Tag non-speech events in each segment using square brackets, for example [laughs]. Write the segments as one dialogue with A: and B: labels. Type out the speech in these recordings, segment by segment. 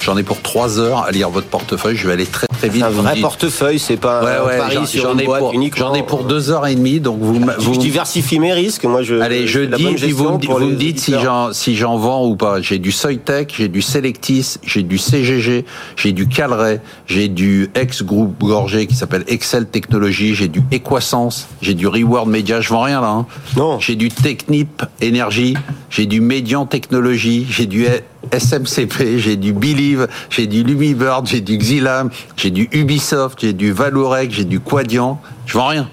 A: J'en ai pour 3 heures à lire votre portefeuille. Je vais aller très très vite.
B: un
A: Vous me
B: vrai
A: dites-
B: portefeuille, c'est pas
A: Ouais,
B: un
A: ouais,
B: pari
A: j'en-
B: sur
A: j'en
B: une
A: ai
B: boîte
A: pour,
B: uniquement.
A: J'en ai pour 2 heures et demie. Donc vous, m-
B: Je-
A: vous
B: Je diversifie mes risques. Moi, je.
A: Allez, je
B: la bonne
A: dis, puis
B: gestion
A: vous me, di-
B: pour
A: vous
B: les
A: me dites si
B: auditeurs.
A: j'en si j'en vends ou pas. J'ai du Soytech, j'ai du Selectis, j'ai du CGG, j'ai du Calray, j'ai du ex-groupe Gorgé qui s'appelle Excel Technologies, j'ai du Equasens, j'ai du Reward Media, je vends rien là. hein.
B: Non.
A: J'ai du Technip Énergie, j'ai du Médian Technologie, j'ai du SMCP, j'ai du Believe, j'ai du Lumibird, j'ai du Xilam, j'ai du Ubisoft, j'ai du Valorec, j'ai du Quadian. Je vends rien.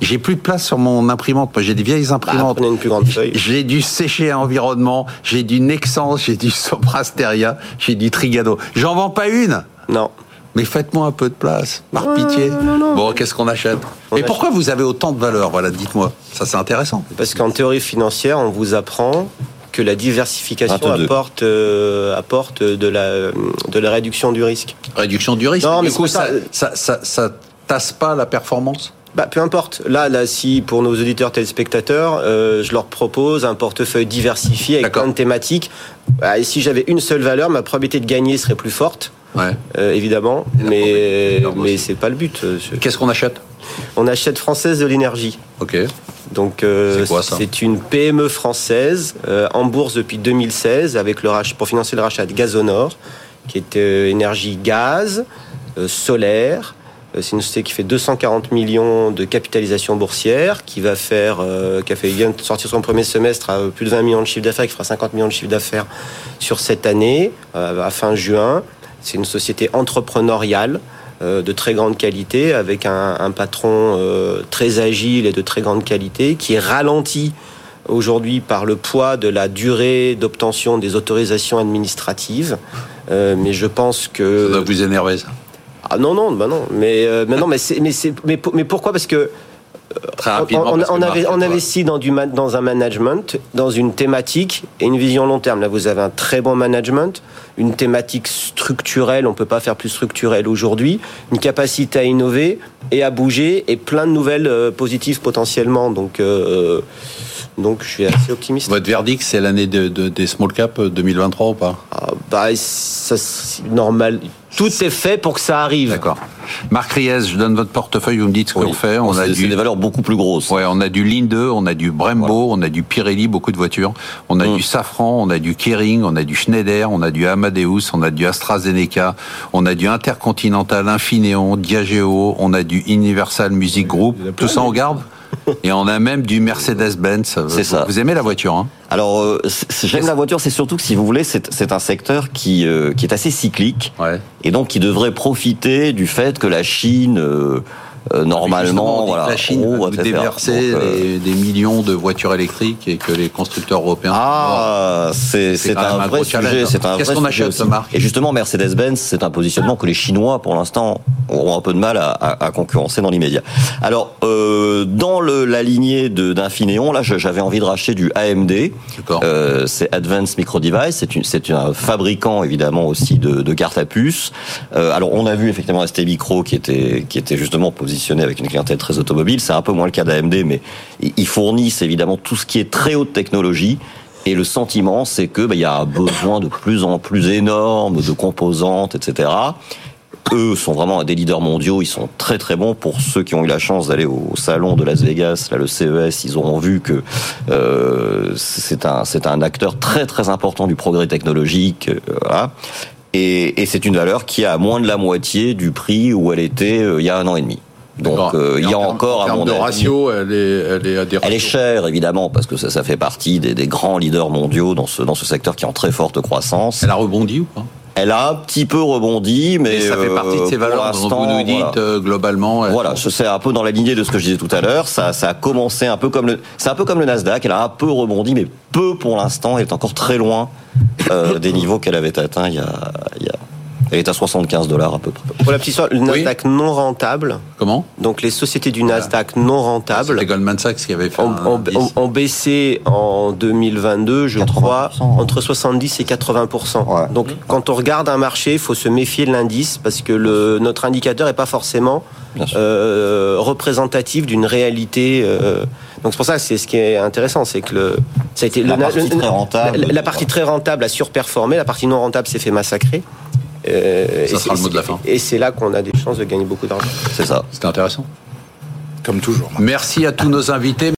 A: J'ai plus de place sur mon imprimante. Moi, j'ai des
B: Bah,
A: vieilles imprimantes.
B: prenez une plus
A: [laughs]
B: grande feuille.
A: J'ai du séché à environnement, j'ai du Nexens, j'ai du [laughs] Soprasteria, j'ai du Trigado. J'en vends pas une
B: Non.
A: mais faites-moi un peu de place, par pitié. Bon, qu'est-ce qu'on achète
B: On
A: Et pourquoi vous avez autant de valeur Voilà, dites-moi. Ça, c'est intéressant.
B: Parce qu'en théorie financière, on vous apprend que la diversification
C: 22.
B: apporte, euh, apporte de, la, euh, de la réduction du risque.
A: Réduction du risque.
B: Non, mais
A: du coup,
B: c'est pas
A: ça,
B: ça.
A: ça, ça, ça tasse pas la performance
B: Bah, peu importe. Là, là, si pour nos auditeurs téléspectateurs, euh, je leur propose un portefeuille diversifié avec
A: D'accord.
B: plein de thématiques. Bah, et si j'avais une seule valeur, ma probabilité de gagner serait plus forte,
A: Ouais.
B: euh, évidemment.
A: probabilité
B: Mais,
A: de perdre
B: mais
A: aussi.
B: c'est pas le but. euh, ce-
A: Qu'est-ce qu'on achète
B: On achète française de l'énergie.
A: Ok.
B: Donc euh,
A: C'est quoi, ça
B: c'est une PME française euh, en bourse depuis 2016 avec le rach- pour financer le rachat de Gazonor, qui est euh, énergie gaz, euh, solaire. Euh, C'est une société qui fait 240 millions de capitalisation boursière, qui va faire, euh, qui a fait, vient de sortir son premier semestre à euh, plus de 20 millions de chiffre d'affaires, qui fera 50 millions de chiffre d'affaires sur cette année, euh, à fin juin. C'est une société entrepreneuriale euh, de très grande qualité, avec un, un patron euh, très agile et de très grande qualité, qui est ralenti aujourd'hui par le poids de la durée d'obtention des autorisations administratives. Euh, mais je pense
A: Ça
B: que...
A: doit vous énerver, ça.
B: Ah non, non, bah non. Mais, euh, mais non, mais, c'est- mais, c'est- mais, pour- mais pourquoi Parce que
A: Très
B: on,
A: rapidement.
B: on-
A: parce
B: on
A: que
B: avait-
A: Marc,
B: on
A: toi-
B: investit dans, du man- dans un management, dans une thématique et une vision long terme. Là, vous avez un très bon management, une thématique structurelle, on ne peut pas faire plus structurelle aujourd'hui, une capacité à innover et à bouger et plein de nouvelles euh, positives potentiellement. Donc, euh, donc je suis assez optimiste.
A: Votre verdict, c'est l'année de- de- des small cap euh, 2023 ou pas
B: Ah, bah, ça, c'est normal. Tout est fait pour que ça arrive.
A: D'accord. Marc Ries, je donne votre portefeuille, vous me dites ce qu'on
C: Oui.
A: fait. On a
C: C'est- c'est
A: du
C: des valeurs beaucoup plus grosses.
A: Ouais, on a du Linde, on a du Brembo, on a du Pirelli, beaucoup de voitures. On
C: Mmh.
A: a du Safran, on a du Kering, on a du Schneider, on a du Amadeus, on a du AstraZeneca, on a du Intercontinental, Infineon, Diageo, on a du Universal Music Group. Tout ça, on
C: [laughs]
A: garde. Et on a même du Mercedes-Benz.
C: C'est ça.
A: Vous aimez la voiture, hein
C: Alors, euh, c'est- c'est- j'aime la voiture, c'est surtout que si vous voulez, c'est c'est un secteur qui, euh, qui est assez cyclique
A: Ouais.
C: et donc qui devrait profiter du fait que la Chine, euh, euh,
A: Justement, on
C: normalement,
A: dit que
C: voilà, Oh,
A: la Chine
C: rouvre,
A: va nous
C: etc.
A: déverser
C: Donc, euh,
A: des, des millions de voitures électriques et que les constructeurs européens.
C: Ah, c'est
A: C'est
C: c'est
A: quand
C: un,
A: même un
C: vrai
A: gros
C: sujet.
A: challenge. hein.
C: C'est un
A: Qu'est-ce
C: vrai
A: qu'on
C: sujet
A: achète,
C: aussi.
A: Marc
C: Et justement, Mercedes-Benz, c'est un positionnement que les Chinois, pour l'instant, auront un peu de mal à, à- à concurrencer dans l'immédiat. Alors, euh, dans le, la lignée de- d'Infineon, là, je- j'avais envie de racheter du AMD.
A: D'accord.
C: Euh, c'est Advanced Micro Device. C'est une- c'est un fabricant, évidemment, aussi de, de cartes à puce. Euh, alors, on a vu effectivement ST Micro qui était, qui était justement positionné avec une clientèle très automobile. C'est un peu moins le cas d'AMD, mais ils ils fournissent évidemment tout ce qui est très haute technologie. Et le sentiment, c'est que bah, il y a un besoin de plus en plus énorme de composantes, etc. Eux sont vraiment des leaders mondiaux. Ils sont très très bons. Pour ceux qui ont eu la chance d'aller au salon de Las Vegas, là le CES, ils auront vu que euh, c'est un c'est un acteur très très important du progrès technologique. euh, voilà. Et, et c'est une valeur qui a moins de la moitié du prix où elle était euh, il y a un an et demi. Donc
A: D'accord.
C: euh,
A: Et
C: il y a
A: en termes-
C: encore
A: en
C: à
A: termes
C: mon
A: de
C: avis,
A: ratio, elle est, elle est à des
C: elle est
A: ratios.
C: chère, évidemment, parce que ça, ça fait partie des, des grands leaders mondiaux dans ce, dans ce secteur qui est en très forte croissance.
A: Elle a rebondi ou pas
C: Elle a un petit peu rebondi, mais.
A: Et ça fait partie de
C: euh,
A: ces
C: pour
A: valeurs dont vous
C: l'instant,
A: nous dites
C: voilà.
A: euh, globalement. elles
C: Voilà,
A: sont-
C: ce- c'est un peu dans la lignée de ce que je disais tout à l'heure. Ça, ça a commencé un peu comme le, c'est un peu comme le Nasdaq. Elle a un peu rebondi, mais peu pour l'instant. Elle est encore très loin euh, des niveaux qu'elle avait atteints il y a, il y a- Elle est à 75 dollars à peu près.
B: Pour la petite histoire, le Nasdaq non rentable,
A: Comment
B: donc les sociétés du Nasdaq non rentables,
A: C'était Goldman Sachs qui avait fait
B: ont,
A: un
B: ont-
A: indice.
B: ont- ont baissé en 2022, je crois,
C: 80%, hein.
B: entre 70 et 80
C: Ouais.
B: Donc,
A: Mhm.
B: quand on regarde un marché, il faut se méfier de l'indice parce que le, notre indicateur n'est pas forcément
C: Bien sûr.
B: euh, représentatif d'une réalité. euh, Donc c'est pour ça que c'est ce qui est intéressant, c'est que le, ça a été
C: La
B: le-
C: partie
B: le-
C: très rentable.
B: la- la partie très rentable a surperformé, la partie non rentable s'est fait massacrer. Euh,
A: Ça
B: et
A: sera
B: c'est-
A: le mot de la fin.
B: Et c'est là qu'on a des chances de gagner beaucoup d'argent.
C: C'est ça.
A: C'était intéressant.
D: Comme toujours.
A: Merci à tous nos invités.